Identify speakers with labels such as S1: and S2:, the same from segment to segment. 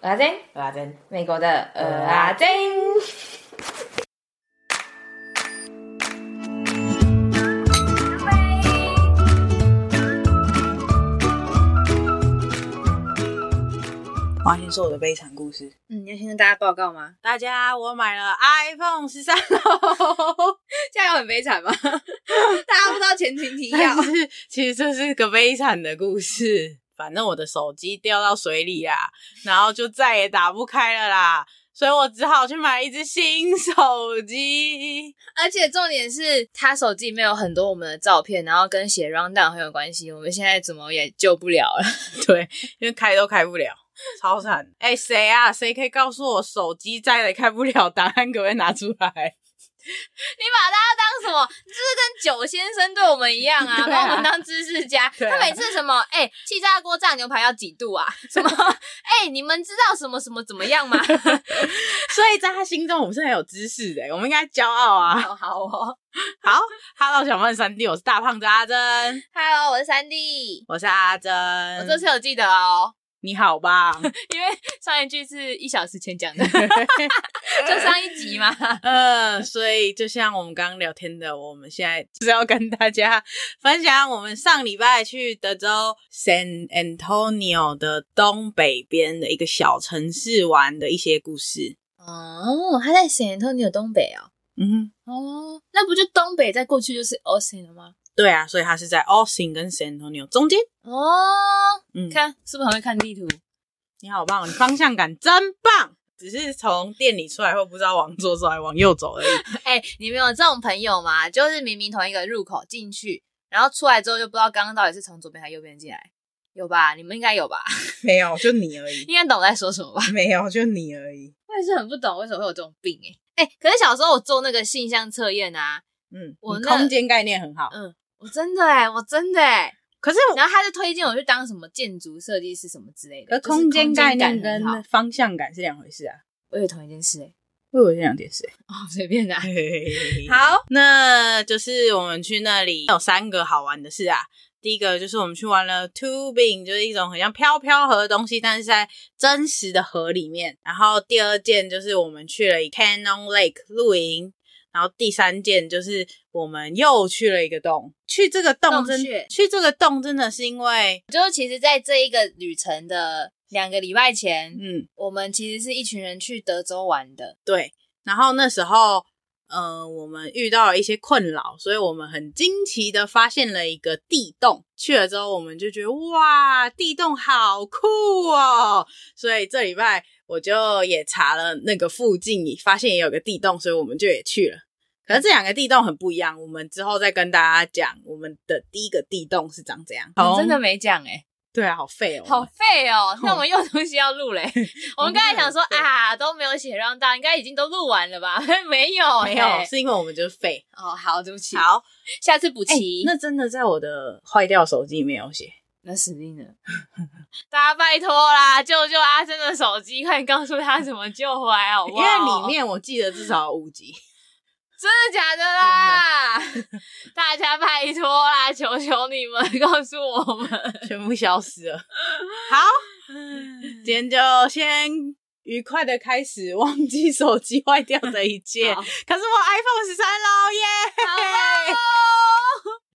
S1: 阿珍，
S2: 阿珍，
S1: 美国的呃阿珍。
S2: 我要先说我的悲惨故事。
S1: 嗯，要先跟大家报告 吗？
S2: 大家，我买了 iPhone 十三喽，
S1: 这样有很悲惨吗？ 大家不知道前情提 要
S2: 但。是其实这是个悲惨的故事。反正我的手机掉到水里啦，然后就再也打不开了啦，所以我只好去买一只新手机。
S1: 而且重点是他手机里面有很多我们的照片，然后跟写 round down 很有关系。我们现在怎么也救不了了。
S2: 对，因为开都开不了，超惨。哎、谁啊？谁可以告诉我手机再也开不了？答案可不可以拿出来？
S1: 你把大家当什么？就是跟九先生 对我们一样啊，
S2: 对啊
S1: 把我们当知识 家。
S2: 对啊
S1: 他每次什么哎，气炸锅炸牛排要几度啊？什么哎，你们知道什么什么怎么样吗？
S2: 所以在他心中，我们是很有知识的，我们应该骄傲啊。
S1: 好好哦。
S2: 好，Hello，小曼三弟，我是大胖子阿珍，
S1: Hello，我是三弟，
S2: 我是阿珍。
S1: 我这次有记得哦，
S2: 你好棒，
S1: 因为 上一句是一小时前讲 的，就上一集嘛。
S2: 嗯，所以就像我们刚刚聊天的，我们现在就是要跟大家分享我们上礼拜去德州 San Antonio 的东北边的一个小城市玩的一些故事。
S1: 哦，他在 San Antonio 东北哦。
S2: 嗯，
S1: 哦，那不就东北再过去就是 Austin 了吗？
S2: 对啊，所以它是在 Austin 跟 San Antonio 中间。
S1: 哦，
S2: 嗯，
S1: 看是不是很会看地图？
S2: 你好棒，你方向感真棒。只是从店里出来会不知道往左走还是往右走而已。
S1: 哎、你们有这种朋友吗？就是明明同一个入口进去，然后出来之后就不知道刚刚到底是从左边还是右边进来，有吧？你们应该有吧？
S2: 没有，就你而已。
S1: 应该懂我在说什么吧？
S2: 没有，就你而已。
S1: 我也是很不懂为什么会有这种病哎、哎、可是小时候我做那个性向测验啊，
S2: 嗯，
S1: 我
S2: 你
S1: 那
S2: 空间概念很好。
S1: 嗯，我真的哎、我真的哎、
S2: 可是
S1: 然后他就推荐我去当什么建筑设计师什么之类的，
S2: 可
S1: 就是
S2: 呃空间概念
S1: 感
S2: 跟
S1: 很好
S2: 方向感是两回事啊。
S1: 我以为同一件事哎、
S2: 我以为这两件事。
S1: 哦，随便的、
S2: 好，
S1: 好，
S2: 那就是我们去那里有三个好玩的事啊。第一个就是我们去玩了 tubing，就是一种很像飘飘河的东西，但是在真实的河里面。然后第二件就是我们去了 Cannon Lake 露营，然后第三件就是我们又去了一个洞。去这个洞真
S1: 洞穴
S2: 去这个洞真的是因为
S1: 就是其实在这一个旅程的两个礼拜前，
S2: 嗯
S1: 我们其实是一群人去德州玩的。
S2: 对，然后那时候，呃，我们遇到了一些困扰，所以我们很惊奇的发现了一个地洞。去了之后，我们就觉得哇，地洞好酷哦！所以这礼拜我就也查了那个附近，发现也有个地洞，所以我们就也去了。可是这两个地洞很不一样，我们之后再跟大家讲我们的第一个地洞是长怎样。
S1: 你真的没讲哎、
S2: 对啊，好废哦，
S1: 好废哦！
S2: 哦
S1: 那我们又有东西要录 嘞。我们刚才想说
S2: 对
S1: 啊，都没有写让大，应该已经都录完了吧？ 没有、
S2: 没
S1: 哎
S2: 有，是因为我们就是废。
S1: 哦，好，对不起，，
S2: 好，
S1: 下次补
S2: 哎
S1: 齐、
S2: 那真的在我的坏掉手机里面有写。
S1: 那死定了！ 大家拜托啦，救救阿珍的手机，快点告诉他怎么救回来好不
S2: 因
S1: 好？
S2: 为里面我记得至少有五 集。
S1: 真的假的啦？ 大家拜托啦，求求你们告诉我们。
S2: 全部消失了。好，今天就先愉快的开始，忘记手机坏掉 的一切。
S1: 好
S2: 可是我 iPhone 十三喽耶！
S1: 棒哦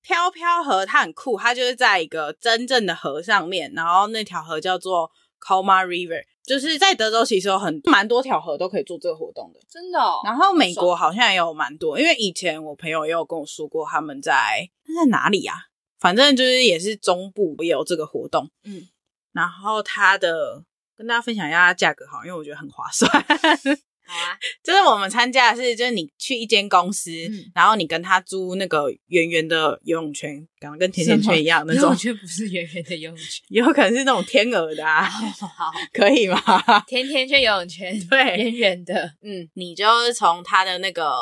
S2: 飘飘河它很酷，它就是在一个真正的河上面，然后那条河叫做 Colma River，就是在德州其实有很蛮多条河都可以做这个活动的。
S1: 真的、哦，
S2: 然后美国好像也有蛮多，因为以前我朋友也有跟我说过，他们在那在哪里啊？反正就是也是中部也有这个活动，
S1: 嗯，
S2: 然后它的跟大家分享一下它价格好，因为我觉得很划算。
S1: 好 啊，
S2: 就是我们参加的是，就是你去一间公司，
S1: 嗯
S2: 然后你跟他租那个圆圆的游泳圈，长得跟甜甜圈一样那
S1: 游
S2: 种
S1: 泳，圈不是圆圆的游泳圈。
S2: 也有可能是那种天鹅的、啊，
S1: 好，
S2: 可以吗？
S1: 甜甜圈游泳 圈，
S2: 对
S1: 圆圆 的，
S2: 嗯，你就是从他的那个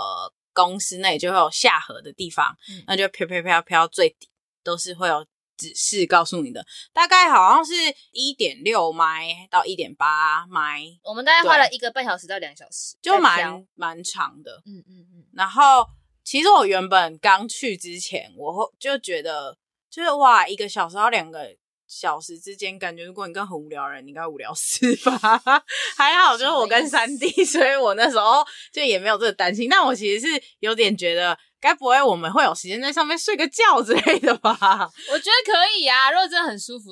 S2: 公司那里就会有下河的地方，
S1: 嗯
S2: 那就飘飘飘飘最底都是会有指示告诉你的，大概好像是一点六迈到一点八迈，
S1: 我们大概花了一个半小时到两小时，
S2: 就
S1: 在挑
S2: 蛮蛮长的。
S1: 嗯嗯嗯，
S2: 然后其实我原本刚去之前，我会就觉得就是哇，一个小时到两个小时之间，感觉如果你跟很无聊的人，你应该无聊死吧？ 还好，就是我跟三弟，所以我那时候就也没有这个担心。但我其实是有点觉得，该不会我们会有时间在上面睡个觉之类的吧？
S1: 我觉得可以啊，如果真的很舒服，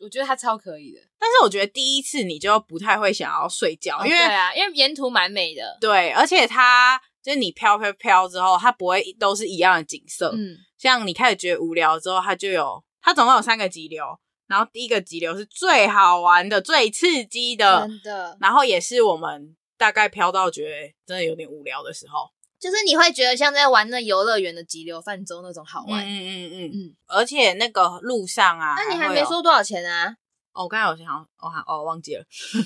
S1: 我觉得它超可以的。
S2: 但是我觉得第一次你就不太会想要睡觉，因为、
S1: 哦对啊，因为沿途蛮美的，
S2: 对，而且它就是你飘飘飘之后，它不会都是一样的景色。
S1: 嗯，
S2: 像你开始觉得无聊之后，它就有它总共有三个急流，然后第一个急流是最好玩的、最刺激的，
S1: 真的，
S2: 然后也是我们大概飘到觉得真的有点无聊的时候。
S1: 就是你会觉得像在玩那游乐园的急流泛舟那种好
S2: 嗯
S1: 玩。
S2: 嗯嗯嗯，
S1: 嗯，
S2: 而且那个路上啊，
S1: 那你还
S2: 会
S1: 没
S2: 有
S1: 说多少钱啊？
S2: 哦，我刚才好像我还哦忘记了，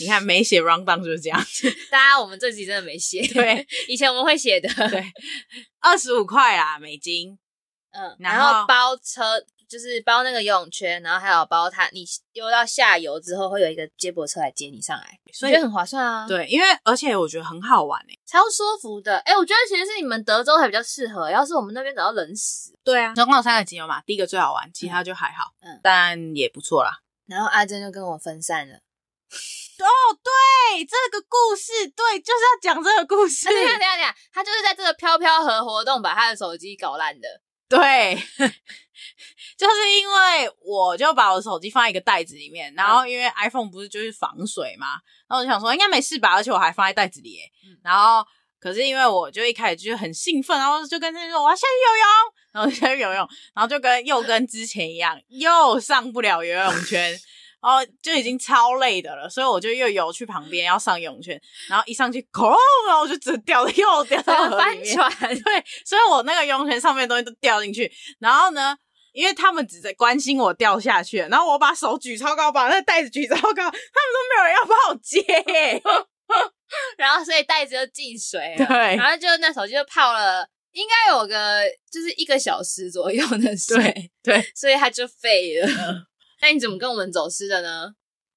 S2: 你看没写 round down 就是这样，
S1: 大家，我们这集真的没写。
S2: 对，
S1: 以前我们会写的。
S2: 对，二十五块啦美金，
S1: 嗯，
S2: 然
S1: 然后
S2: 后
S1: 包车就是包那个游泳圈，然后还有包它，你游到下游之后会有一个接驳车来接你上来，
S2: 所
S1: 我
S2: 以
S1: 觉得很划算啊，，
S2: 对，因为而且我觉得很好玩诶、欸
S1: 超舒服的。哎，我觉得其实是你们德州才比较适合，要是我们那边找到冷死。
S2: 对啊，总共有三个集邮嘛，第一个最好玩，其他就还好，
S1: 嗯
S2: 但也不错啦。
S1: 然后阿珍就跟我分散了。
S2: 哦对，这个故事，对，就是要讲这个故事
S1: 啊、 等一下等一下等一下，他就是在这个飘飘河活动把他的手机搞烂 的。
S2: 对，就是因为我就把我的手机放在一个袋子里面，然
S1: 嗯
S2: 后因为 iPhone 不是就是防水嘛，然后我就想说应该没事吧，而且我还放在袋子里耶
S1: 嗯，
S2: 然后。可是因为我就一开始就很兴奋，然后就跟他说我要下去游泳，然后就下去游泳，然后就跟又跟之前一样，又上不了游泳圈，然后就已经超累的了，所以我就又游去旁边要上游泳圈，然后一上去，哐，然后我就直接掉了，又掉到河里
S1: 翻
S2: 面。
S1: 船，
S2: 对，所以我那个游泳圈上面的东西都掉进去。然后呢，因为他们只在关心我掉下去了，然后我把手举超高，把那个袋子举超高，他们都没有人要帮我接。
S1: 然后所以袋子就进水了，
S2: 对
S1: 然后就那手机就泡了，应该有个就是一个小时左右的水，
S2: 对嗯
S1: 所以它就废了。 那你怎么跟我们走失的呢？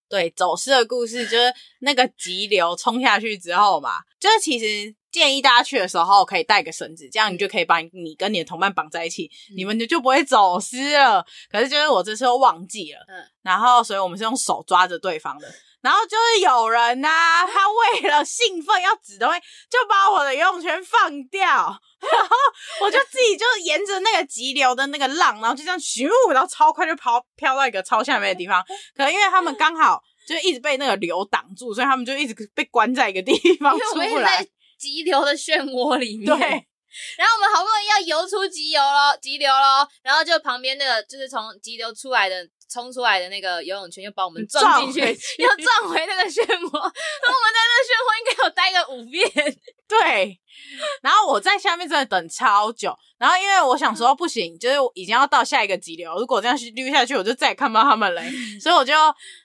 S2: 对，走失的故事就是那个急流冲下去之后嘛，就是其实。建议大家去的时候可以带个绳子，这样你就可以把你跟你的同伴绑在一起，
S1: 嗯
S2: 你们就就不会走失了。可是就是我这次又忘记了，
S1: 嗯
S2: 然后所以我们是用手抓着对方的。然后就是有人呐、
S1: 嗯
S2: 他为了兴奋要指东西，就把我的游泳圈放掉， 然后我就自己就沿着那个急流的那个浪，然后就这样咻，然后超快就抛飘到一个超下面的 地方。可能因为他们刚好就一直被那个流挡住，所以他们就一直被关在一个地 方
S1: 因为我
S2: 出
S1: 们一
S2: 不
S1: 直
S2: 来
S1: 在。急流的漩涡里面，
S2: 对，
S1: 然后我们好不容易要游出急流咯，急流咯，然后就旁边那个就是从急流出来的。冲出来的那个游泳圈又把我们撞进去，
S2: 撞回 去
S1: 又撞回那个漩涡。 然后我们在那漩涡应该有待个五遍，
S2: 对，然后我在下面真的等超久，然后因为我想说不行，就是我已经要到下一个急流，如果这样去溜下去，我就再也看不到他们了，所以我就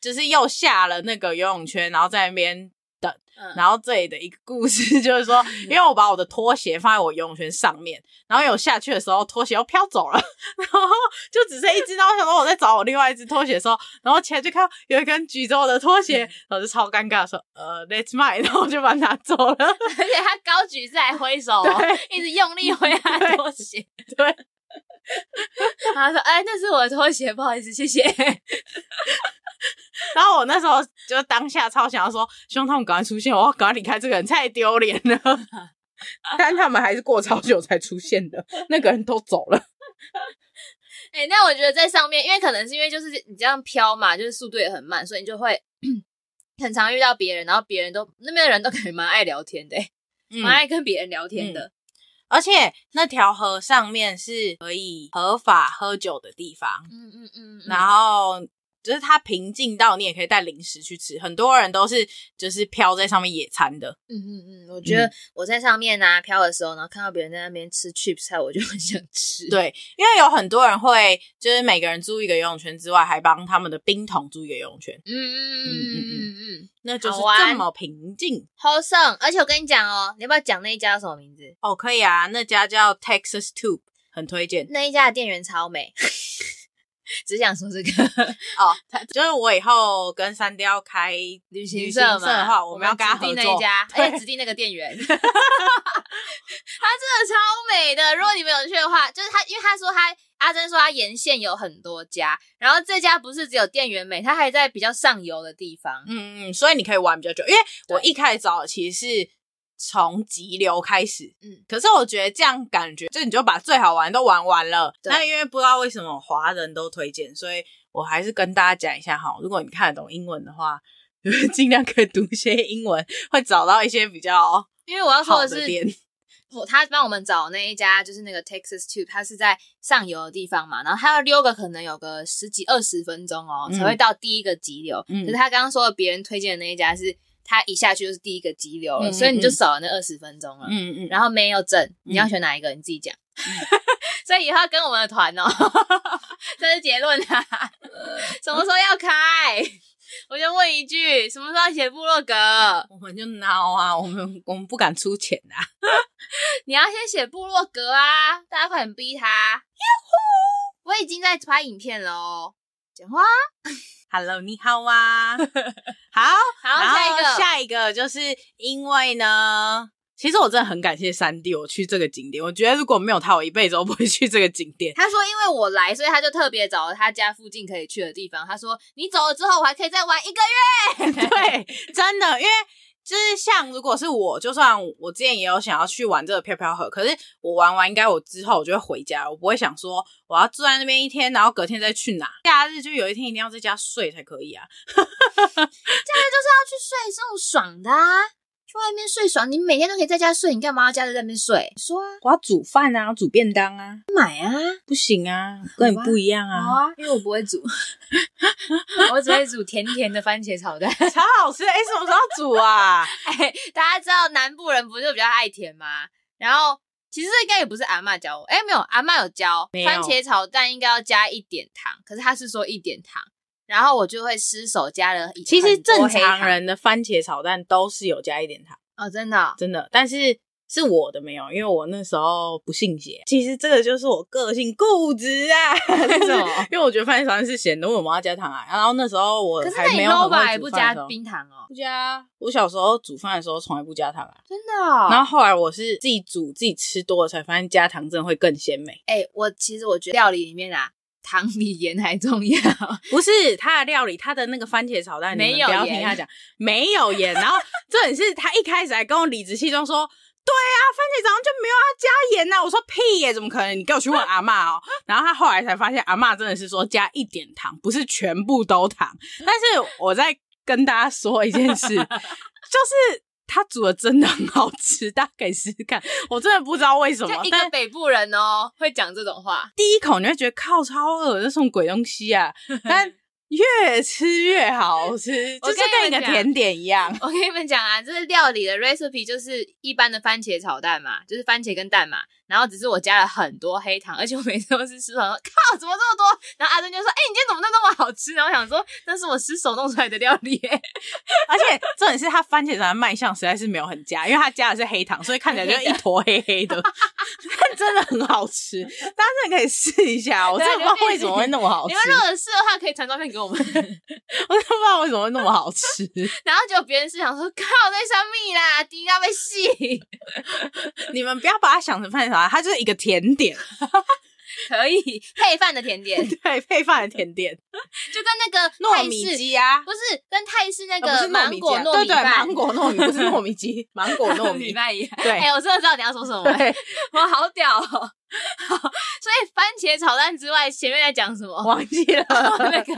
S2: 就是又下了那个游泳圈，然后在那边等。
S1: 嗯
S2: 然后这里的一个故事就是说，因为我把我的拖鞋放在我游泳圈上面，然后有下去的时候拖鞋又飘走了，然后就只剩一只。然后我想说我在找我另外一只拖鞋的时候，然后起来就看到有一个人举着我的拖鞋，然后就超尴尬地说呃 that's mine，然后我就把它拿走了。
S1: 而且他高举自来挥手、哦，
S2: 对。
S1: 一直用力挥他的拖鞋。
S2: 对，
S1: 然后说：“哎，那是我的拖鞋，不好意思，谢 谢。
S2: 然后我那时候就当下超想要说，希望他们赶快出现，我要赶快离开这个人，太丢脸 了。但他们还是过超久才出现的，那个人都走了。”
S1: 哎，那我觉得在上面，因为可能是因为就是你这样飘嘛，就是速度也很慢，所以你就会 很常遇到别人，然后别人都那边的人都感觉蛮爱聊天的、欸，
S2: 嗯
S1: 蛮爱跟别人聊天的。
S2: 而且那条河上面是可以合法喝酒的地方，
S1: 嗯嗯嗯嗯
S2: 然后就是它平静到你也可以带零食去吃，很多人都是就是飘在上面野餐的。
S1: 嗯嗯嗯，我觉得我在上面啊飘的时候，然后看到别人在那边吃 chips 菜，我就很想吃。
S2: 对，因为有很多人会就是每个人租一个游泳圈之外，还帮他们的冰桶租一个游泳圈，
S1: 嗯，嗯嗯嗯嗯嗯嗯，
S2: 那就是
S1: 好玩
S2: 这么平静。
S1: 好胜！而且我跟你讲哦，你要不要讲那一家叫什么名字？
S2: 哦，可以啊，那家叫 Texas Tube，很推荐。
S1: 那一家的店员超美， 只想说这个
S2: 哦，他就是我以后跟三雕开
S1: 旅
S2: 行
S1: 社
S2: 社
S1: 嘛，
S2: 的话我
S1: 我
S2: 们要跟他
S1: 指定
S2: 合
S1: 那
S2: 作
S1: 一家，
S2: 对
S1: 而且指定那个店员，他 真的超美的。如果你们有去的话，就是他，因为他说他阿珍说他沿线有很多家，然后这家不是只有店员美，他还在比较上游的地方。
S2: 嗯嗯，所以你可以玩比较久，因为我一开始找其实是从急流开始，
S1: 嗯
S2: 嗯，可是我觉得这样感觉，就你就把最好玩都玩完了。
S1: 对
S2: 那因为不知道为什么华人都推荐，所以我还是跟大家讲一下哈，如果你看得懂英文的话， 就是尽量可以读一些英文，会找到一些比较
S1: 因为我要说
S2: 好
S1: 的
S2: 的
S1: 是，
S2: 店。
S1: 我他帮我们找那一家就是那个 Texas Tube，它是在上游的地方嘛，然后他要溜个可能有个十几二十分钟哦，
S2: 嗯
S1: 才会到第一个急流。
S2: 嗯
S1: 可是他刚刚说的别人推荐的那一家是，他一下去就是第一个急流了，
S2: 嗯
S1: 所以你就少了那二十分钟了。
S2: 嗯嗯，
S1: 然后没有证，你要选哪一个？你自己讲。 所以以后要跟我们的团哦，这是结论啊。什么时候要开？ 我就问一句，什么时候要写部落格？
S2: 我们就孬啊，我们 我们不敢出钱啊。
S1: 你要先写部落格啊！大家快点逼他。我已经在拍影片了哦。讲话。
S2: Hello，你好啊，好。
S1: 好，
S2: 然后
S1: 下一个。
S2: 下一个就是因为呢，其实我真的很感谢三弟，我去这个景点。我觉得如果没有他，我一辈子都不会去这个景 点。
S1: 他说：“因为我来，所以他就特别找了他家附近可以去的地方。他说：‘你走了之后，我还可以再玩一个月。
S2: 对，真的，因为就是像如果是我，就算我之前也有想要去玩这个飘飘河，可是我玩完，应该我之后我就会回家，我不会想说我要住在那边一天，然后隔天再去哪。假日就有一天一定要在家睡才可以啊。’
S1: 他哦去睡这种爽的、啊，去外面睡爽。你每天都可以在家睡，你干嘛要家在那边睡？说啊，
S2: 我要煮饭啊，我煮便当啊，
S1: 买啊。
S2: 不行啊，跟你不一样啊。
S1: 啊，因为我不会煮， 我只会煮甜甜的番茄炒蛋。
S2: 超好吃！哎、什么时候要煮啊？
S1: 哎， 大家知道南部人不就比较爱甜吗？然后其实这应该也不是阿嬷教我，哎，没有，阿嬷有教
S2: 没有
S1: 番茄炒蛋应该要加一点糖，可是他是说一点糖，然后我就会失手加了一。
S2: 其实
S1: 很多
S2: 正
S1: 黑
S2: 常
S1: 糖
S2: 人的番茄炒蛋都是有加一点糖，
S1: 哦，真的哦、
S2: 真的。但是是我的没有，因为我那时候不信邪。其实这个就是我个性固执 啊，
S1: 为什么
S2: 因为我觉得番茄炒蛋是咸的，为什么要加糖啊？然后那时候我
S1: 可是
S2: 还
S1: 那
S2: 没
S1: 你
S2: 有很
S1: low 吧，
S2: 会
S1: 也
S2: 煮
S1: 不
S2: 饭
S1: 加
S2: 的时候，
S1: 冰糖哦，
S2: 不加。啊我小时候煮饭的时候从来不加糖啊。
S1: 真的、哦。
S2: 然后后来我是自己煮自己吃多了，才发现加糖真的会更鲜美。
S1: 哎、我其实我觉得料理里面啊，糖比盐还重 要。
S2: 不是它的料理，它的那个番茄炒蛋，
S1: 没
S2: 你们
S1: 有
S2: 不要
S1: 盐
S2: 听他讲没有盐。然后重点是他一开始还跟我理直气壮说：“对啊，番茄炒蛋就没有要加盐呐、啊我说：“屁耶、怎么可能？你给我去问阿嬷哦。” 然后他后来才发现，阿嬷真的是说加一点糖，不是全部都糖。 但是我在跟大家说一件事， 就是。他煮的真的很好吃，大家可以试试看。我真的不知道为什么
S1: 就，一
S2: 但
S1: 个北部人哦，会讲这种话。
S2: 第一口你会觉得靠超恶，这什么鬼东西 啊？但越吃越好吃，
S1: 我
S2: 就是
S1: 跟你们
S2: 跟一个
S1: 讲
S2: 甜点一样。
S1: 我跟你们讲啊，就是料理的 recipe 就是一般的番茄炒蛋嘛，就是番茄跟蛋嘛，然后只是我加了很多黑糖，而且我每次都是失手说靠，怎么这么多？然后阿珍就说，哎、你今天怎么弄那么好吃？然后我想说，那是我失手弄出来的料理、欸，
S2: 而且重点是它番茄炒蛋卖相实在是没有很加，因为它加的是黑糖，所以看起来 就一坨黑黑的，啊 但真的很好吃。大家真的可以试一下，我真的不知道为什么会那么好
S1: 你
S2: 吃
S1: 们，如果是的话，可以传照片给我 们。
S2: 我真的不知道为什么会那么好吃。
S1: 然后结果别人是想说，靠，那上面啦，应该被戏，
S2: 你们不要把它想成番茄炒蛋，它就是一个甜点，
S1: 可以配饭的甜点，
S2: 对，配饭的甜点，
S1: 就跟那个
S2: 糯
S1: 泰
S2: 米
S1: 式
S2: 鸡啊，
S1: 不是跟泰式那
S2: 呃不
S1: 个
S2: 是糯
S1: 芒
S2: 米
S1: 果
S2: 鸡啊
S1: 糯米
S2: 对对，
S1: 饭
S2: 芒果糯米不是糯米 鸡，芒果糯 米。
S1: 饭一样。
S2: 对
S1: 哎、我真的知道你要说什 么、
S2: 对，
S1: 我好屌哦！ 好所以番茄炒蛋之外，前面在讲什么？
S2: 忘记了。
S1: 那个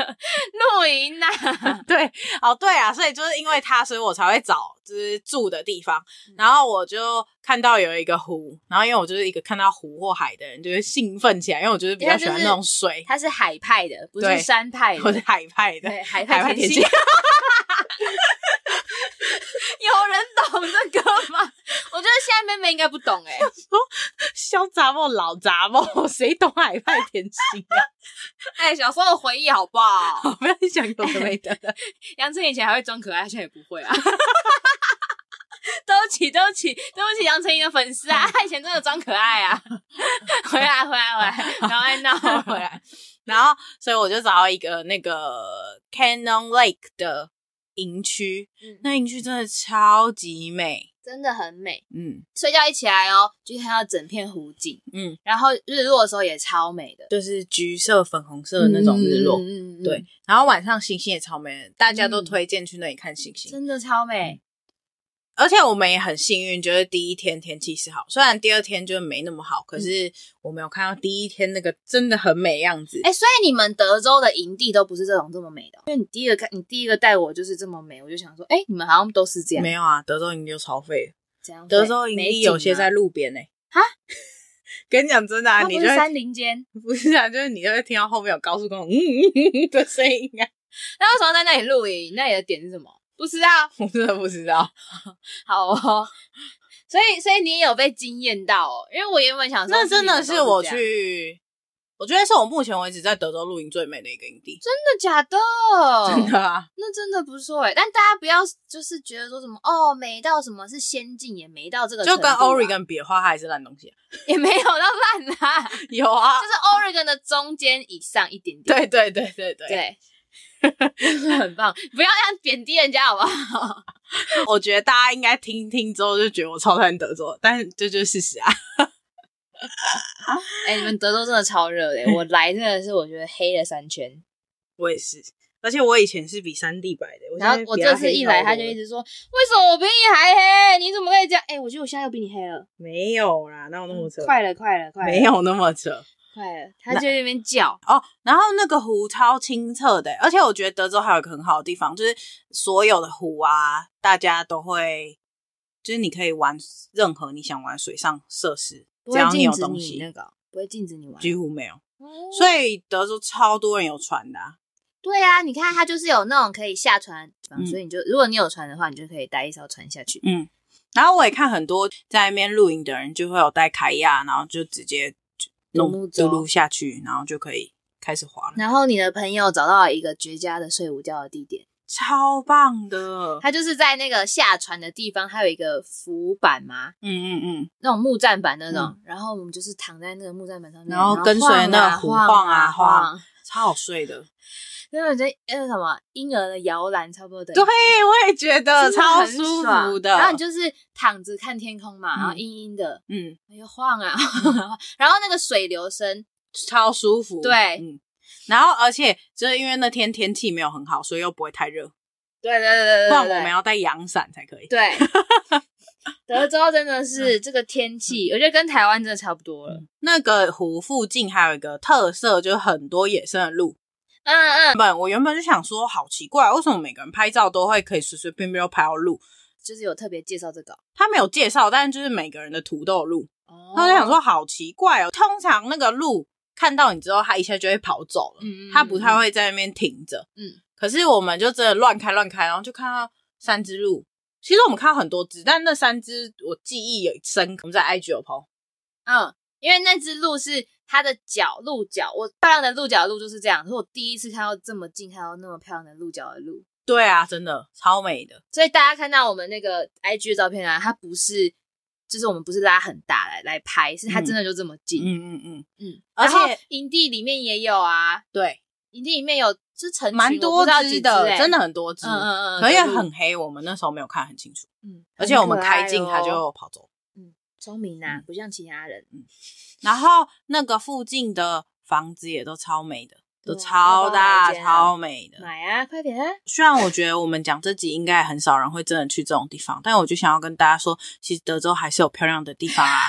S1: 露营啊呐、
S2: 对，哦，对啊，所以就是因为它，所以我才会找就是住的地方。然后我就看到有一个湖，然后因为我就是一个看到湖或海的人，就会兴奋起来，因为我就是比较喜欢那种 水，
S1: 它是海派的，不是
S2: 对
S1: 山派
S2: 我是
S1: 的。
S2: 海派的。
S1: 对，海
S2: 海派
S1: 甜
S2: 甜
S1: 心
S2: 心，，
S1: 有人懂这个吗？我觉得现在妹妹应该不懂哎、
S2: 小杂毛老杂毛，谁懂海派甜心啊？
S1: 哎、小时候的回忆好不 好？
S2: 不要讲有的没 的。
S1: 杨丞琳以前还会装可爱，她现在也不会啊。 对不起，对不起，对不起，杨丞琳的粉 丝啊，她以前真的装可爱啊。回来，回来，回来，然后爱闹
S2: 回来。然后，所以我就找到一个那个 Cannon Lake 的营区，
S1: 嗯
S2: 那营区真的超级美。
S1: 真的很美。
S2: 嗯，
S1: 睡觉一起来哦，就看到整片湖景，
S2: 嗯，
S1: 然后日落的时候也超美的，
S2: 就是橘色、粉红色的那种日落。
S1: 嗯
S2: 对，然后晚上星星也超美的，大家都推荐去那里看星星。
S1: 真的超美。
S2: 而且我们也很幸运，就是第一天天气是好，虽然第二天就没那么好，
S1: 嗯
S2: 可是我没有看到第一天那个真的很美样子。
S1: 哎、所以你们德州的营地都不是这种这么美的哦、因为你第一个看，你第一个带我就是这么美，我就想说，哎、你们好像都是这样
S2: 没，有啊，德州营地就超废的，
S1: 这样
S2: 德
S1: 对
S2: 州营
S1: 美
S2: 地
S1: 景
S2: 有些
S1: 吗
S2: 在路边呢、
S1: 哈，
S2: 跟你讲真的啊，
S1: 它
S2: 你
S1: 不
S2: 就是会
S1: 山林间，
S2: 不是啊，就是你就会听到后面有高速公路嗯嗯嗯的声音啊。
S1: 那为什么在那里露营？那里的点是什么？不知道，
S2: 我真的不知道，
S1: 好哦。 所以，所以你也有被惊艳到哦，因为我原本想说，
S2: 那真的
S1: 是
S2: 是
S1: 你们都
S2: 我
S1: 是这样
S2: 去，我觉得是我目前为止在德州露营最美的一个营地，
S1: 真的假的？
S2: 真的啊。
S1: 那真的不错哎，但大家不要就是觉得说什么哦，美到什么是仙境，也没到这个
S2: 就
S1: 程度
S2: 跟
S1: 啊、
S2: Oregon 比的话，它还是烂东西、啊。
S1: 也没有到烂啦， 就
S2: 有啊，
S1: 是 Oregon 的中间以上一点点。
S2: 对对对对对，
S1: 对， 很棒，不要这样贬低人家好不好？
S2: 我觉得大家应该听听之后就觉得我超讨厌德州的，但是这就是事实啊。
S1: 哎、你们德州真的超热的欸，我来真的是我觉得黑了三圈，
S2: 我也是，而且我以前是比山地白的，
S1: 然后
S2: 现在
S1: 我
S2: 比它
S1: 这次
S2: 黑
S1: 一
S2: 超
S1: 来他
S2: 多
S1: 就
S2: 的
S1: 一直说，为什么我比你还黑？你怎么可以这样？哎、我觉得我现在又比你黑了，
S2: 没有啦，哪有那么扯？
S1: 嗯快了，快了，快了，
S2: 没有那么扯
S1: 快了，他就在那边叫，
S2: 哦。然后那个湖超清澈的，欸而且我觉得德州还有一个很好的地方，就是所有的湖啊，大家都会，就是你可以玩任何你想玩水上设施，
S1: 不
S2: 只
S1: 会
S2: 要
S1: 禁
S2: 有
S1: 止
S2: 东
S1: 你
S2: 西
S1: 那，个哦，不会禁止你玩。
S2: 几乎没有。
S1: 哦
S2: 所以德州超多人有船的、啊，
S1: 对啊，你看它就是有那种可以下船的地方，
S2: 嗯
S1: 所以你就如果你有船的话，你就可以带一艘船下去。
S2: 嗯。然后我也看很多在那边露营的人，就会有带凯亚，然后就直接就
S1: 独
S2: 弄
S1: 木
S2: 嘟
S1: 舟
S2: 噜下去，然后就可以开始滑了，
S1: 然后你的朋友找到了一个绝佳的睡午觉的地点，
S2: 超棒的。
S1: 他就是在那个下船的地方，还有一个浮板嘛，
S2: 嗯嗯嗯，
S1: 那种木栈板那种。然后我们就是躺在那个木栈板上面，
S2: 然
S1: 然
S2: 后跟随
S1: 晃
S2: 那
S1: 啊
S2: 个湖
S1: 晃
S2: 啊
S1: 晃，
S2: 超好睡的。
S1: 那种就那个什么婴儿的摇篮差不多的，
S2: 对，我也觉得
S1: 真的
S2: 超
S1: 很爽，
S2: 舒服的。
S1: 然后你就是躺着看天空嘛，然后
S2: 嗯
S1: 阴阴的，
S2: 嗯，
S1: 哎呦晃啊，然后那个水流声，
S2: 超舒服。
S1: 对
S2: 嗯。然后，而且就是因为那天天气没有很好，所以又不会太热，
S1: 对对对对对，
S2: 不然我
S1: 对
S2: 们啊要带阳伞才可以。
S1: 对。德州真的
S2: 嗯
S1: 是这个天气，我觉得跟台湾真的差不多了。
S2: 那个湖附近还有一个特色，就是很多野生的鹿。
S1: 嗯嗯，
S2: 原本我原本就想说，好奇怪，为什么每个人拍照都会可以随随便便就拍到鹿？
S1: 就是有特别介绍这个。
S2: 他没有介绍，但是就是每个人的图都有鹿。
S1: 哦
S2: 然后我就想，说，好奇怪哦，通常那个鹿看到你之后，它一下就会跑走了。
S1: 嗯
S2: 它不太。会在那边停着。
S1: 嗯，
S2: 可是我们就真的乱开乱开，然后就看到三只鹿。其实我们看到很多只，但那三只我记忆也深刻。我们在 IG 有 PO，
S1: 嗯，因为那只鹿是它的角鹿角，我漂亮的鹿角鹿就是这样，是我第一次看到这么近看到那么漂亮的鹿角的鹿。
S2: 对啊，真的超美的。
S1: 所以大家看到我们那个 IG 的照片啊，它不是，就是我们不是拉很大来来拍，是它真的就这么近。
S2: 嗯嗯嗯，
S1: 嗯，
S2: 而
S1: 然
S2: 且
S1: 后营地里面也有啊，
S2: 对，
S1: 营地里面有就成群
S2: 蛮
S1: 我
S2: 多
S1: 不知道几
S2: 只的，
S1: 欸
S2: 真的很多只，
S1: 嗯嗯嗯，
S2: 可以啊
S1: 对
S2: 很，黑。我们那时候没有看很清楚，
S1: 嗯，
S2: 而且我们
S1: 很可爱
S2: 开镜
S1: 哦
S2: 它就嗯跑走。
S1: 聪明呐、不像其他人，
S2: 然后那个附近的房子也都超美的，都
S1: 对啊
S2: 超
S1: 要
S2: 大、
S1: 不要买一间啊
S2: 超美的。
S1: 买啊，快 点啊！
S2: 虽然我觉得我们讲这集应该很少人会真的去这种地方，但我就想要跟大家说，其实德州还是有漂亮的地 方啊。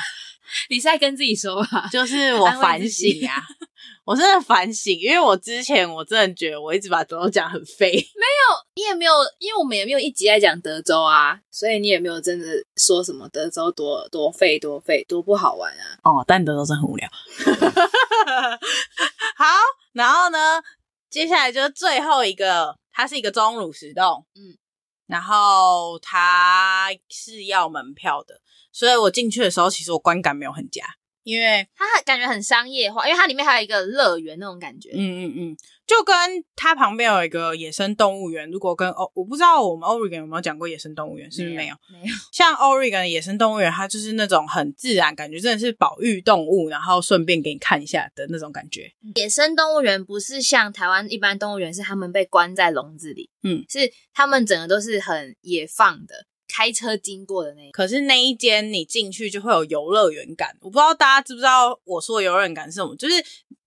S1: 你是在跟自己说吧？
S2: 就是我
S1: 安
S2: 反
S1: 慰自己
S2: 省啊， 我真的反省，因为我之前我真的觉得我一直把德州讲很废，
S1: 你也没有，因为我们也没有一集在讲德州啊，所以你也没有真的说什么德州多多废多废多不好玩啊。
S2: 哦，但德州真的很无聊。 好，然后呢，接下来就是最后一个，它是一个钟乳石洞，嗯
S1: 嗯，
S2: 然后它是要门票的，所以我进去的时候，其实我观感没有很佳，因为
S1: 它很感觉很商业化，因为它里面还有一个乐园那种感觉。
S2: 嗯嗯嗯，就跟它旁边有一个野生动物园。如果跟哦，我不知道我们 Oregon 有没有讲过野生动物园，是不是没有？
S1: 没有，
S2: 像 Oregon 的野生动物园，它就是那种很自然，感觉真的是保育动物，然后顺便给你看一下的那种感觉。
S1: 野生动物园不是像台湾一般动物园，是他们被关在笼子里，
S2: 嗯，
S1: 是他们整个都是很野放的，开车经过的那一
S2: 可是那一间你进去就会有游乐园感，我不知道大家知不知道我说的游乐园感是什么，就是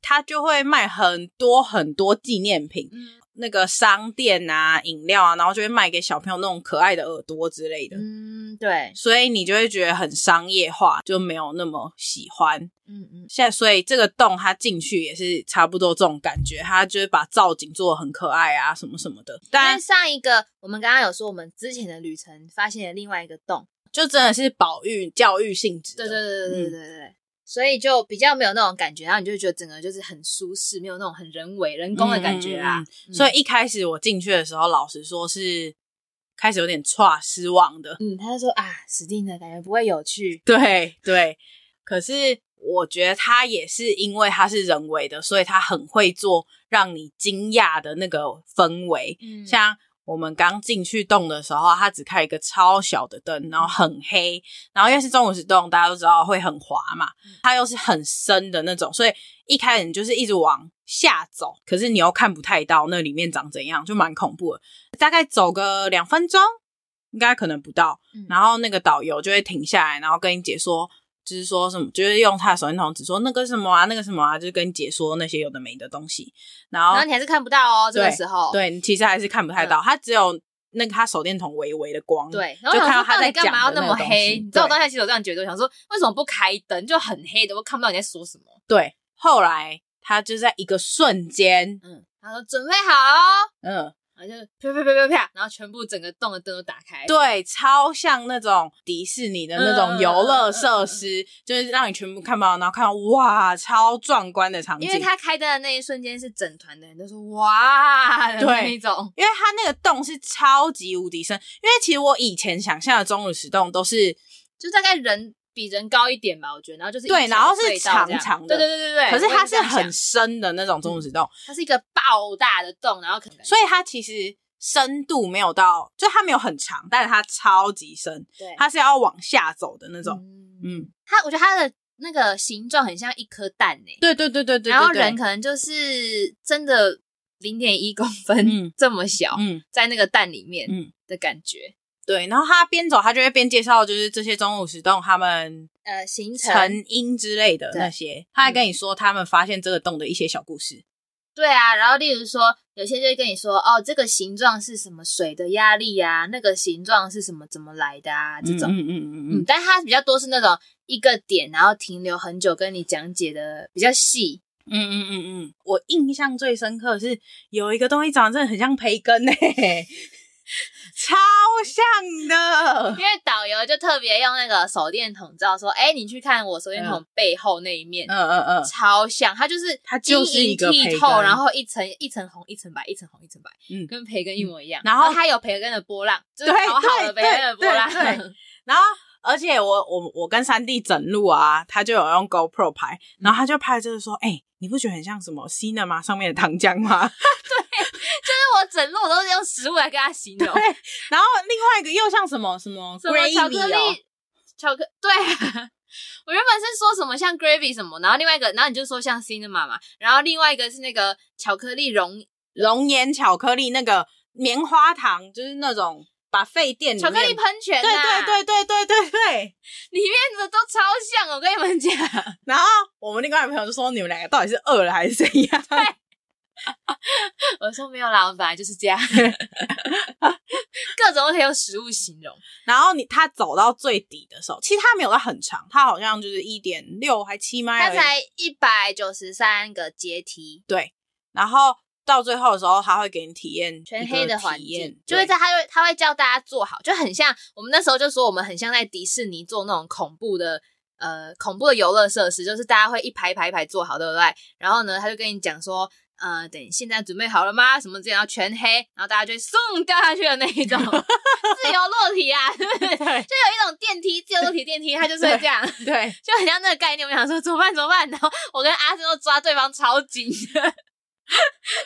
S2: 它就会卖很多很多纪念品，
S1: 嗯
S2: 那个商店啊、饮料啊，然后就会卖给小朋友那种可爱的耳朵之类的，
S1: 嗯，对，
S2: 所以你就会觉得很商业化，就没有那么喜欢。
S1: 嗯嗯，
S2: 现在所以这个洞它进去也是差不多这种感觉，它就是把造景做的很可爱啊，什么什么的，
S1: 因
S2: 但
S1: 为上一个我们刚刚有说，我们之前的旅程发现了另外一个洞，
S2: 就真的是保育教育性质
S1: 对
S2: 的。
S1: 对对对对对对。所以就比较没有那种感觉，然后你就会觉得整个就是很舒适，没有那种很人为、人工的感觉啊啦
S2: 嗯嗯。所
S1: 以，
S2: 以一开始我进去的时候，老实说是开始有点差失望的。
S1: 嗯，他就说啊，死定了，感觉不会有趣。
S2: 对对，可是我觉得它也是因为它是人为的，所以它很会做让你惊讶的那个氛围。
S1: 嗯
S2: 像我们刚进去洞的时候，它只开一个超小的灯，然后很黑，然后因为是中午时洞，大家都知道会很滑嘛，它又是很深的那种，所以一开始你就是一直往下走，可是你又看不太到那里面长怎样，就蛮恐怖的。大概走个两分钟，应该可能不到，
S1: 嗯
S2: 然后那个导游就会停下来，然后跟你解说。就是说什么，就是用他的手电筒只说那个什么啊，那个什么啊，就是跟你解说那些有的没的东西。然后
S1: 然后你还是看不到哦，这个
S2: 对
S1: 时候，
S2: 对你其实还是看不太到，它只有那个它手电筒微微的
S1: 嗯
S2: 光。
S1: 对，然后
S2: 就
S1: 我想说
S2: 看到他
S1: 到
S2: 在
S1: 底
S2: 讲
S1: 干嘛要
S2: 的
S1: 那
S2: 个
S1: 么
S2: 东西
S1: 黑？你知道我
S2: 对
S1: 当下其实有这样觉得，我想说为什么不开灯？就很黑的，我看不到你在说什么。
S2: 对，后来它就在一个瞬间，
S1: 嗯，他说准备好哦，
S2: 嗯，
S1: 然后就啪啪啪啪啪，然后全部整个洞的灯都打开。
S2: 对，超像那种迪士尼的那种
S1: 嗯
S2: 游乐设施，就是让你全部看不到，然后看到哇，超壮观的场景。
S1: 因为他开灯的那一瞬间，是整团的人都说哇的
S2: 对
S1: 那一种，
S2: 因为它那个洞是超级无敌深，因为其实我以前想象的钟乳石洞都是
S1: 就大概人比人高一点吧，我觉得。然后就是一
S2: 对
S1: 条
S2: 然后是
S1: 隧道这样
S2: 长长的
S1: 对对对对对。
S2: 可是
S1: 我也
S2: 它
S1: 这
S2: 是
S1: 样想嗯
S2: 很，深的那种钟乳石洞，
S1: 它是一个爆大的洞，然后可能
S2: 所以它其实深度没有到，就它没有很长，但是它超级深，
S1: 对
S2: 它是要往下走的那
S1: 那
S2: 种。嗯，
S1: 它我觉得它的那个形状很像一颗蛋诶，
S2: 对对对对对。
S1: 然后
S2: 对对
S1: 人可能就是真的零点一公分
S2: 嗯
S1: 这么小，
S2: 嗯
S1: 在那个蛋里面
S2: 嗯
S1: 的感觉。
S2: 对，然后他边走，他就会边介绍，就是这些中午石洞他们
S1: 呃，形成
S2: 成因之类的
S1: 对嗯
S2: 那些，他还跟你说他们发现这个洞的一些小故事。
S1: 对啊，然后例如说，有些就会跟你说，哦，这个形状是什么水的压力啊，那个形状是什么怎么来的啊，这种，
S2: 嗯嗯嗯嗯
S1: 嗯，
S2: 嗯，
S1: 但它比较多是那种一个点，然后停留很久，跟你讲解的比较细，
S2: 嗯嗯嗯嗯，我印象最深刻的是有一个东西长得真的很像培根诶、 超像的
S1: 因。为导游就特别用那个手电筒照说，哎，你去看我手电筒背后那一面，
S2: 嗯嗯嗯，
S1: 超像，它就是
S2: 它就是一个
S1: 晶莹剔
S2: 培根
S1: 透，然后一层一层红，一层白，一层红，一层白，
S2: 嗯
S1: 跟培根一模一样。
S2: 然后
S1: 它有培根的波浪，就是
S2: 对
S1: 烤好的培
S2: 对
S1: 根的波浪。
S2: 对对然后，而且我我我跟三弟整路啊，他就有用 GoPro 拍，然后他就拍就是说，哎、你不觉得很像什么 Cinema 上面的糖浆吗？
S1: 但我整路我都是用食物来跟它形容，
S2: 然后另外一个又像什么什么
S1: 什么
S2: gravy
S1: 巧克
S2: 哦
S1: 力，巧克 对。啊我原本是说什么像 gravy 什么，然后另外一个，然后你就说像 cinema 嘛，然后另外一个是那个巧克力溶
S2: 熔岩巧克力那个棉花糖，就是那种把废店里
S1: 巧
S2: 面
S1: 克力喷泉、啊，
S2: 对对对对对对对。
S1: 里面的都超像，我跟你们 讲，
S2: 然后我们另外一个朋友就说，你们两个到底是饿了还是怎样？
S1: 我说没有啦，我本来就是这 样，各种都可以用食物形容。
S2: 然后你他走到最底的时候，其实他没有到很长，他好像就是一点六还七迈
S1: 它
S2: 而已。
S1: 才一百九十三个阶梯，
S2: 对，然后到最后的时候，他会给你体验
S1: 全
S2: 一个
S1: 黑的环
S2: 体验
S1: 境，就会
S2: 对
S1: 在它会它会叫大家做好，就很像我们那时候就说我们很像在迪士尼做那种恐怖的。呃，恐怖的游乐设施就是大家会一排一排一排做好，对不对？然后呢，他就跟你讲说，呃，等现在准备好了吗？什么之类，然后全黑，然后大家就会送掉下去的那一 种，自由落体啊， 对不对？就有
S2: 对
S1: 一种电梯，自由落体电梯，它就是会这样，
S2: 对，
S1: 就很像那个概念。我想说怎么办怎么办？然后我跟阿珍都抓对方超紧的，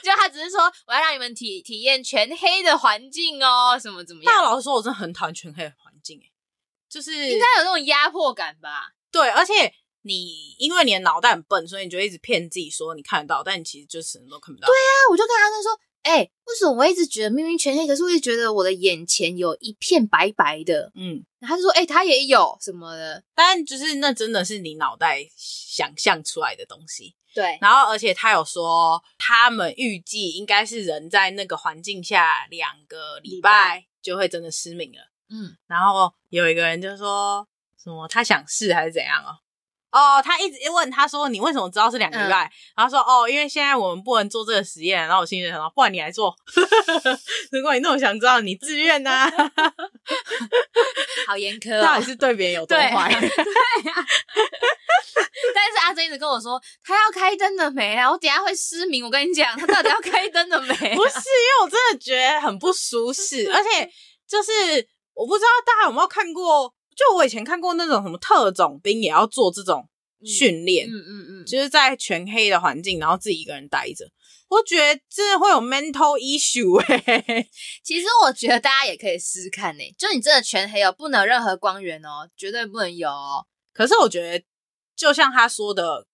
S1: 就他只是说我要让你们体体验全黑的环境哦，什么怎么
S2: 大
S1: 样？
S2: 佬说，我真的很讨厌全黑的环境、欸，就是
S1: 应该有那种压迫感吧？
S2: 对，而且你因为你的脑袋很笨，所以你就一直骗自己说你看得到，但你其实就什么都看不到。对，
S1: 那我就跟阿珍说。哎、为什么我一直觉得明明全黑，可是我一直觉得我的眼前有一片白白的？
S2: 嗯，
S1: 然后他就说：“哎、他也有什么的，
S2: 但就是那真的是你脑袋想象出来的东西。
S1: 对，
S2: 然后，而且他有说，他们预计应该是人在那个环境下两个礼
S1: 礼
S2: 拜就会真的失明了。
S1: 嗯，
S2: 然后有一个人就说什么他想试还是怎样哦。哦，他一直问他说：“你为什么知道是两个
S1: 嗯
S2: 礼拜？”然后说：“哦，因为现在我们不能做这个实验。”然后我心里就想到，不然你来做。 如果你那么想知道，你自愿 呐、
S1: 好严苛、
S2: 到底
S1: 哦。
S2: 是对别人有多
S1: 对啊
S2: 坏？
S1: 但是阿珍一直跟我说，他要开灯了没啊？我等一下会失明。我跟你讲，他到底要开灯了没、啊
S2: 不是，因为我真的觉得很不舒适，而且就是我不知道大家有没有看过，就我以前看过那种什么特种兵也要做这种
S1: 嗯
S2: 训练，
S1: 嗯嗯嗯，
S2: 就是在全黑的环境，然后自己一个人待着，我觉得真的会有 mental issue 哎、
S1: 其实我觉得大家也可以试试看呢、就你真的全黑哦，不能有任何光源哦，绝对不能有哦。
S2: 可是我觉得，就像他说的，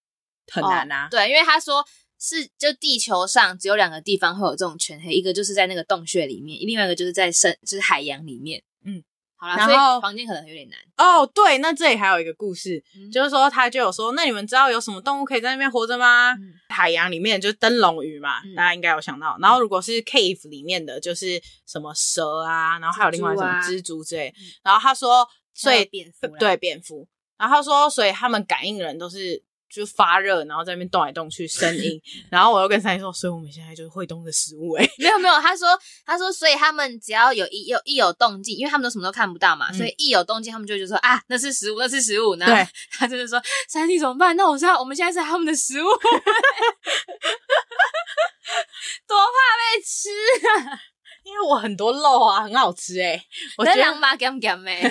S2: 很难啊。
S1: 对，因为他说是就地球上只有两个地方会有这种全黑，一个就是在那个洞穴里面，另外一个就是在深就是海洋里面。
S2: 嗯，
S1: 好啦，
S2: 然
S1: 所以
S2: 后
S1: 房间可能有点难。
S2: 哦对，那这里还有一个故事，
S1: 嗯
S2: 就是说他就有说，那你们知道有什么动物可以在那边活着吗？
S1: 嗯
S2: 海洋里面就是灯笼鱼嘛，
S1: 嗯
S2: 大家应该有想到。然后如果是 cave 里面的，就是什么蛇啊，然后还有另外什么
S1: 蜘蛛啊
S2: 蜘蛛之类。
S1: 嗯
S2: 然后他说，所
S1: 还有
S2: 以
S1: 蝙蝠啦
S2: 对蝙蝠，然后他说，所以他们感应人都是。就发热，然后在那边动来动去，声 音。然后我又跟三姨说，所以我们现在就是会动的食物、欸， 哎，
S1: 没有没有，他说他说，所以他们只要有一有一有动静，因为他们都什么都看不到嘛，
S2: 嗯
S1: 所以一有动静，他们就会觉得说啊，那是食物，那是食物。然
S2: 对
S1: 后他就是说，三弟怎么办？那我知道我们现在是他们的食物，多怕被吃，
S2: 因为我很多肉啊，很好吃、欸，哎，我觉
S1: 那
S2: 得
S1: 两把 gam gam 欸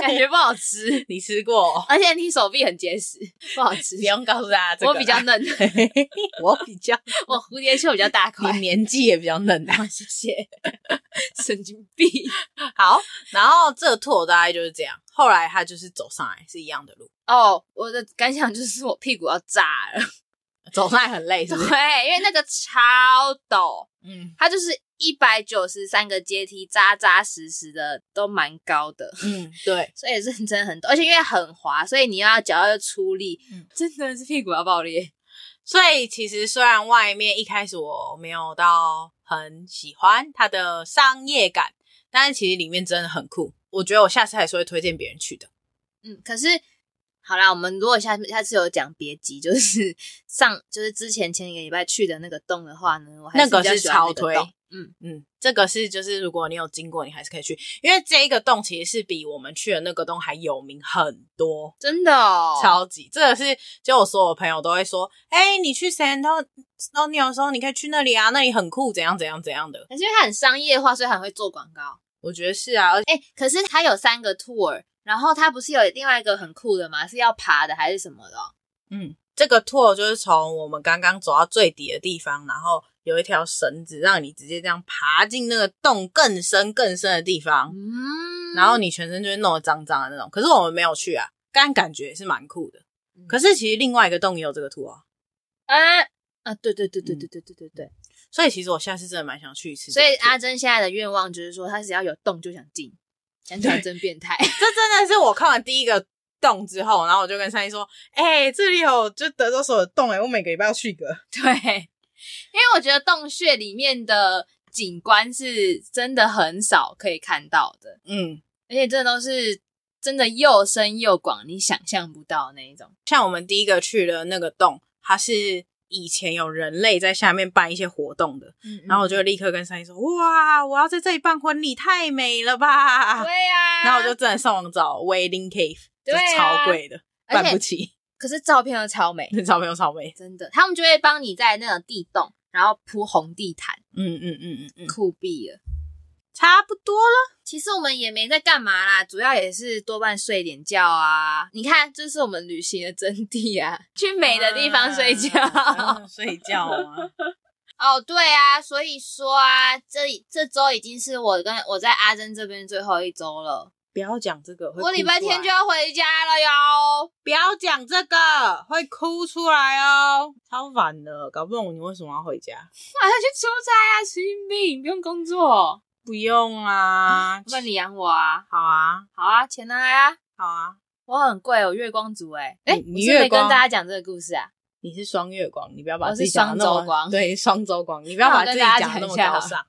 S1: 感觉不好吃，
S2: 你吃过，哦
S1: 而且你手臂很结实，不好吃
S2: 不。用告诉大家这个，啊
S1: 我比较嫩，
S2: 我比较，
S1: 我蝴蝶袖比较大块
S2: 你，年纪也比较嫩 啊。
S1: 谢谢，神经病。
S2: 好，然后这个兔头大概就是这样。后来他就是走上来是一样的路，
S1: 哦，我的感想就是我屁股要炸了。
S2: 走上来很累，是不是？
S1: 对，因为那个超陡，
S2: 嗯
S1: 它就是一百九十三个阶梯，扎扎实实的，都蛮高的，
S2: 嗯，对，
S1: 所以也是真的很陡，而且因为很滑，所以你又要脚要出力，
S2: 嗯
S1: 真的是屁股要爆裂。
S2: 所以其实虽然外面一开始我没有到很喜欢它的商业感，但是其实里面真的很酷。我觉得我下次还是会推荐别人去的。
S1: 嗯，可是好啦，我们如果下下次有讲别集，就是 上就是之前前一个礼拜去的那个洞的话呢，我还
S2: 那个
S1: 比较
S2: 是
S1: 喜欢那
S2: 超推
S1: 个洞。嗯，
S2: 嗯，这个是就是如果你有经过，你还是可以去，因为这一个洞其实是比我们去的那个洞还有名很多。
S1: 真的哦，
S2: 超级，这个是就我所有朋友都会说，哎、你去 San Antonio 的时候，你可以去那里啊，那里很酷，怎样怎样怎样的。
S1: 可是因为它很商业化，所以很会做广告。
S2: 我觉得是啊，而且
S1: 哎、可是它有三个 tour，然后它不是有另外一个很酷的吗？是要爬的还是什么的哦、
S2: 嗯，这个 tour 就是从我们刚刚走到最底的地方，然后有一条绳子让你直接这样爬进那个洞更深更深的地方，
S1: 嗯
S2: 然后你全身就会弄得脏脏的那种。可是我们没有去啊，但感觉也是蛮酷的
S1: 嗯。
S2: 可是其实另外一个洞也有这个 tour 啊，
S1: 啊啊，对对对对
S2: 嗯
S1: 对对对对对，
S2: 所以其实我下次真的蛮想去一次这
S1: 所
S2: 个
S1: 以
S2: tour。
S1: 阿珍现在的愿望就是说，她只要有洞就想进，想起来真变态。
S2: 这真的是我看完第一个洞之后，然后我就跟三一说：“哎、这里有就德州所有的洞哎、我每个礼拜要去一个。
S1: 对，因为我觉得洞穴里面的景观是真的很少可以看到的，”
S2: 嗯，
S1: 而且这都是真的又深又广，你想象不到那一种。
S2: 像我们第一个去的那个洞，它是以前有人类在下面办一些活动的，
S1: 嗯
S2: 然后我就立刻跟三一说：“哇，我要在这里办婚礼，太美了吧！”
S1: 对啊呀、
S2: 啊然后我就真的上网找 wedding cave，
S1: 对啊
S2: 就是超贵的，
S1: 而
S2: 办不
S1: 且
S2: 起，
S1: 可是照片都超美。
S2: 那照片又超美。
S1: 真的，他们就会帮你在那个地洞，然然后铺红地毯，
S2: 嗯嗯嗯嗯嗯，
S1: 酷毙了。
S2: 差不多了。
S1: 其实我们也没在干嘛啦，主要也是多半睡点觉啊。你看，这是我们旅行的真谛啊， 去美的地方睡觉。
S2: 啊嗯睡觉啊。
S1: 哦，对啊，所以说啊，这这周已经是我跟我在阿珍这边最后一周了，
S2: 不要讲这个，会
S1: 我礼拜天
S2: 哭
S1: 就
S2: 出来
S1: 要回家了哟。
S2: 不要讲这个，会哭出来哦，超烦的，搞不懂你为什么要回家。
S1: 马上去出差啊，神经病，不用工作，
S2: 不用啊，
S1: 不然你养我啊。
S2: 好啊，
S1: 好啊，钱拿来啊，
S2: 好啊，
S1: 我很贵哦，月光族哎、哎、
S2: 你
S1: 我
S2: 你
S1: 是没
S2: 月光
S1: 跟大家讲这个故事啊？
S2: 你是双月光，你不要把
S1: 我
S2: 自己
S1: 是
S2: 讲得那么
S1: 双周光
S2: 对，双周光，你不要
S1: 那我
S2: 把自
S1: 跟
S2: 己
S1: 大家
S2: 讲得那
S1: 讲
S2: 么
S1: 一下
S2: 高
S1: 好了
S2: 尚。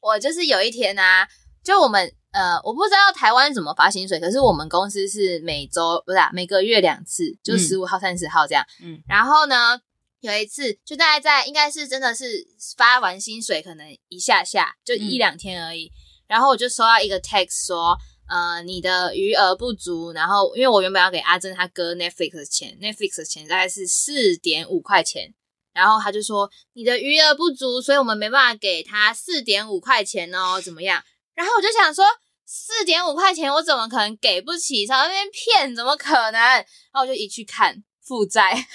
S1: 我就是有一天啊，就我们呃，我不知道台湾怎么发薪水，可是我们公司是每周不是、啊、每个月两次，就
S2: 嗯
S1: 十五号、三十号这样。
S2: 嗯
S1: 然后呢，有一次就大概在应该是真的是发完薪水，可能一下下就一
S2: 嗯
S1: 两天而已。然后我就收到一个 text 说，呃，你的余额不足。然后因为我原本要给阿珍他哥 Netflix 的钱，Netflix 的钱大概是四点五块钱。然后他就说你的余额不足，所以我们没办法给他四点五块钱哦，怎么样？然后我就想说，四点五块钱我怎么可能给不起？上那边骗，怎么可能？然后我就一去看负债，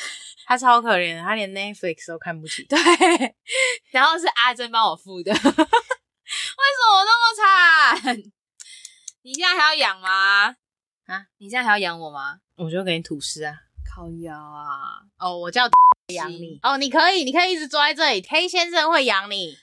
S2: 他超可怜的，他连 Netflix 都看不起。
S1: 对，然后是阿珍帮我付的，为什 么我那么惨？你现在还要养吗？啊，你现在还要养我吗？
S2: 我就给你吐司啊。
S1: 靠腰啊！
S2: 哦，我叫养你。哦，你可以，你可以一直坐在这里。K 先生会 养你，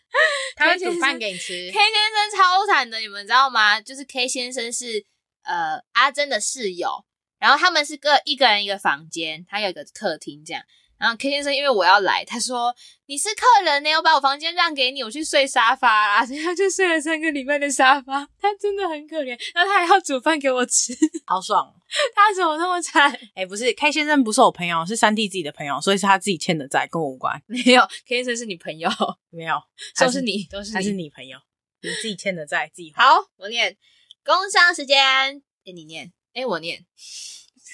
S2: 他会
S1: 先
S2: 煮
S1: 生
S2: 饭给你吃
S1: K 先。生超惨的，你们知道吗？就是 K 先生是呃阿珍的室友，然后他们是各一个人一个房间，他有一个客厅这样。然后 K 先生因为我要来，他说你是客人呢，我把我房间让给你，我去睡沙发啦， 所以他就睡了三个礼拜的沙发，他真的很可怜，然后他还要煮饭给我 吃，
S2: 好爽！哦
S1: 他怎么那么惨？
S2: 哎、不是，K 先生不是我朋友，是三弟自己的朋友，所以是他自己欠的债，跟我无关。
S1: 没有，K 先生是你朋友，
S2: 没有，
S1: 都是你，都是
S2: 还
S1: 你
S2: 是。你朋友，你自己欠的债自 己还。
S1: 好，我念工商时间，哎，你念，哎，我念，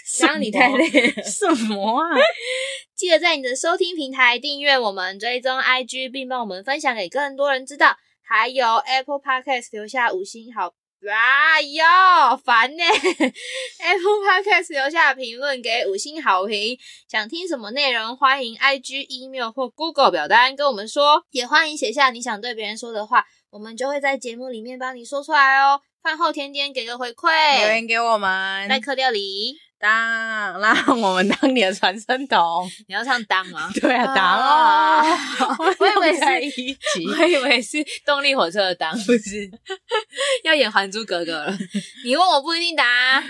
S2: 什 么
S1: 刚刚你太累了。
S2: 什 么啊？
S1: 记得在你的收听平台订阅我们、追踪 IG，并帮我们分享给更多人知道。还有 Apple Podcast 留下五星好，哎呦，烦呢、Apple Podcast 留下评论给五星好评。想听什么内容，欢迎 IG、email 或 Google 表单跟我们说，也欢迎写下你想对别人说的话，我们就会在节目里面帮你说出来哦。饭后甜点给个回
S2: 留
S1: 馈，
S2: 言给我们，
S1: 代客料理，
S2: 当让我们当你的传声 筒。？
S1: 你要唱当吗
S2: 对啊，当
S1: 啊
S2: 啊！
S1: 我以为是
S2: 在一起，
S1: 我以为是动力火车的当， 不是要演《还珠格格》 了。你问我不一定答、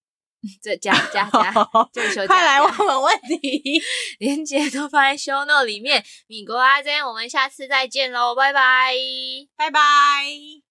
S1: 这加加 加，这个休假
S2: 快来
S1: 加
S2: 问我们问题，
S1: 连接都放在 show note 里面。米国阿珍，我们下次再见喽，拜拜。
S2: 拜拜。